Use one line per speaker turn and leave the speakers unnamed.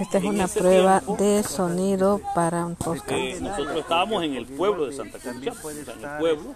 Esta es una prueba de sonido para un podcast.
eh, nosotros estábamos pues, en el pueblo de Santa Cruz, Chiapas, o sea, en el pueblo.